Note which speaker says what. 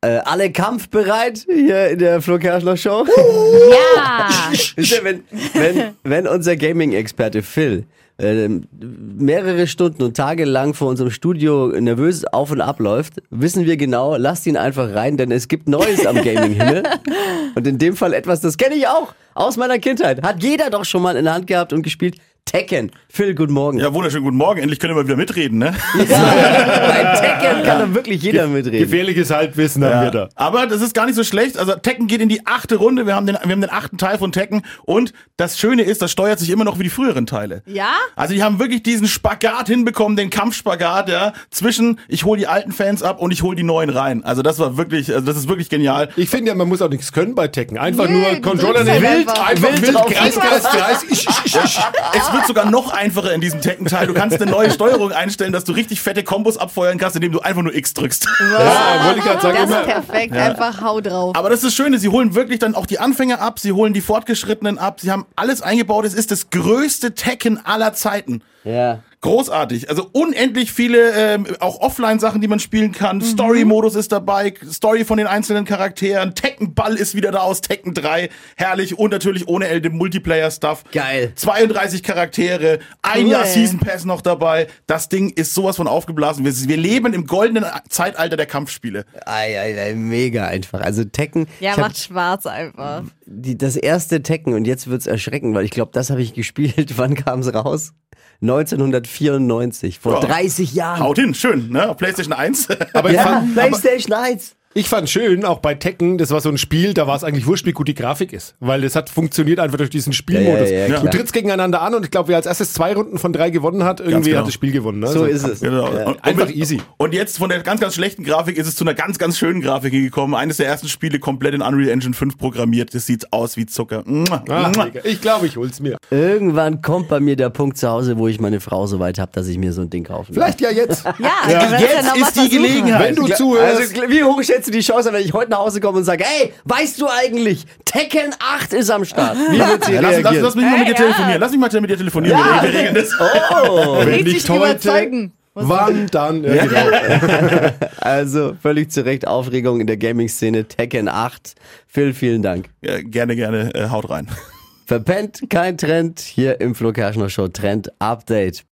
Speaker 1: Äh, alle kampfbereit hier in der Flo Kerschner Show?
Speaker 2: Ja.
Speaker 1: Wisst ihr, wenn, wenn, wenn unser Gaming-Experte Phil ähm, mehrere Stunden und Tage lang vor unserem Studio nervös auf und ab läuft, wissen wir genau, lasst ihn einfach rein, denn es gibt Neues am Gaming-Himmel. Und in dem Fall etwas, das kenne ich auch aus meiner Kindheit. Hat jeder doch schon mal in der Hand gehabt und gespielt. Tekken. Phil, guten Morgen.
Speaker 3: Ja, wunderschönen guten Morgen. Endlich können wir wieder mitreden, ne?
Speaker 1: Bei Tekken kann doch wirklich jeder mitreden.
Speaker 4: Gefährliches Halbwissen haben wir da.
Speaker 3: Aber das ist gar nicht so schlecht. Also Tekken geht in die achte Runde. Wir haben den, wir haben den achten Teil von Tekken. Und das Schöne ist, das steuert sich immer noch wie die früheren Teile.
Speaker 2: Ja?
Speaker 3: Also die haben wirklich diesen Spagat hinbekommen, den Kampfspagat, ja, zwischen ich hole die alten Fans ab und ich hole die neuen rein. Also das war wirklich, also das ist wirklich genial.
Speaker 4: Ich finde ja, man muss auch nichts können bei Tecken. Einfach
Speaker 2: Nee,
Speaker 4: nur
Speaker 2: du
Speaker 4: Controller
Speaker 2: drückst
Speaker 4: nehmen.
Speaker 2: halt
Speaker 4: Wild,
Speaker 2: einfach.
Speaker 4: einfach wild,
Speaker 3: Wild drauf.
Speaker 4: Kreis, Kreis, Kreis. Ich, ich, ich, ich.
Speaker 3: Es wird sogar noch einfacher in diesem Tekken-Teil. Du kannst eine neue Steuerung einstellen, dass du richtig fette Kombos abfeuern kannst, indem du einfach nur X drückst.
Speaker 4: Ja, wollte ich gerade sagen.
Speaker 2: Das ist
Speaker 4: Immer.
Speaker 2: perfekt. Einfach hau drauf.
Speaker 3: Aber das ist das Schöne, sie holen wirklich dann auch die Anfänger ab, sie holen die Fortgeschrittenen ab, sie haben alles eingebaut. Es ist das größte Tekken aller Zeiten.
Speaker 1: Ja.
Speaker 3: Großartig. Also unendlich viele ähm, auch Offline-Sachen, die man spielen kann. Story-Modus ist dabei, Story von den einzelnen Charakteren. Tekken-Ball ist wieder da aus Tekken 3. Herrlich. Und natürlich ohne Ende Multiplayer-Stuff.
Speaker 1: Geil.
Speaker 3: 32 Charaktere, ein
Speaker 2: Cool.
Speaker 3: Jahr Season Pass noch dabei. Das Ding ist sowas von aufgeblasen. Wir, wir leben im goldenen Zeitalter der Kampfspiele.
Speaker 1: Ei, ei, ei, mega einfach. Also Tekken.
Speaker 2: ja,
Speaker 1: ich hab
Speaker 2: macht schwarz einfach.
Speaker 1: die, das erste Tekken und jetzt wird's erschrecken, weil ich glaube, das habe ich gespielt. Wann kam's raus? 1994, vor
Speaker 3: Ja.
Speaker 1: 30 Jahren.
Speaker 3: Haut hin, schön, ne? Auf PlayStation 1.
Speaker 4: Aber ich
Speaker 1: ja,
Speaker 4: fand, aber
Speaker 1: PlayStation 1.
Speaker 4: ich fand schön, auch bei Tekken, das war so ein Spiel, da war es eigentlich wurscht, wie gut die Grafik ist. Weil das hat funktioniert einfach durch diesen Spielmodus.
Speaker 1: Ja, ja, ja,
Speaker 4: du
Speaker 1: klar.
Speaker 4: trittst gegeneinander an und ich glaube, wer als erstes zwei Runden von drei gewonnen hat, irgendwie
Speaker 3: genau.
Speaker 4: hat das Spiel gewonnen. Ne?
Speaker 1: So ist es.
Speaker 3: Genau.
Speaker 1: Ja.
Speaker 3: Und,
Speaker 4: Einfach
Speaker 3: und,
Speaker 4: easy.
Speaker 3: Und jetzt von der ganz, ganz schlechten Grafik ist es zu einer ganz, ganz schönen Grafik gekommen. Eines der ersten Spiele komplett in Unreal Engine 5 programmiert. Das sieht aus wie Zucker. Mua,
Speaker 4: Ah,
Speaker 3: mua.
Speaker 4: mega. ich glaube, ich hol's mir.
Speaker 1: Irgendwann kommt bei mir der Punkt zu Hause, wo ich meine Frau so weit habe, dass ich mir so ein Ding kaufen
Speaker 4: Vielleicht ja jetzt.
Speaker 2: Ja, du kannst ja noch
Speaker 3: Jetzt
Speaker 2: mal
Speaker 3: ist die
Speaker 2: versuchen.
Speaker 3: Gelegenheit.
Speaker 4: Wenn du
Speaker 1: Klar,
Speaker 4: zuhörst.
Speaker 1: Also, kl- wie hoch schätzt du die Chance, wenn ich heute nach Hause komme und sage, hey, weißt du eigentlich, Tekken 8 ist am Start? Wie wird sie
Speaker 3: Ja, lass, lass,
Speaker 1: reagieren?
Speaker 3: lass mich mal mit
Speaker 2: Ja,
Speaker 3: dir
Speaker 2: ja.
Speaker 3: telefonieren. Lass mich mal mit dir telefonieren. Wir, wir regeln das.
Speaker 1: Oh!
Speaker 4: Wenn
Speaker 2: Richtig
Speaker 4: nicht heute,
Speaker 2: überzeugen. Muss
Speaker 4: wann dann? Ja, genau.
Speaker 1: Also, völlig zu Recht Aufregung in der Gaming-Szene, Tekken 8. Phil, vielen Dank.
Speaker 3: Ja, gerne, gerne. Äh, haut rein.
Speaker 1: Verpennt kein Trend hier im Flo Kerschner Show Trend Update.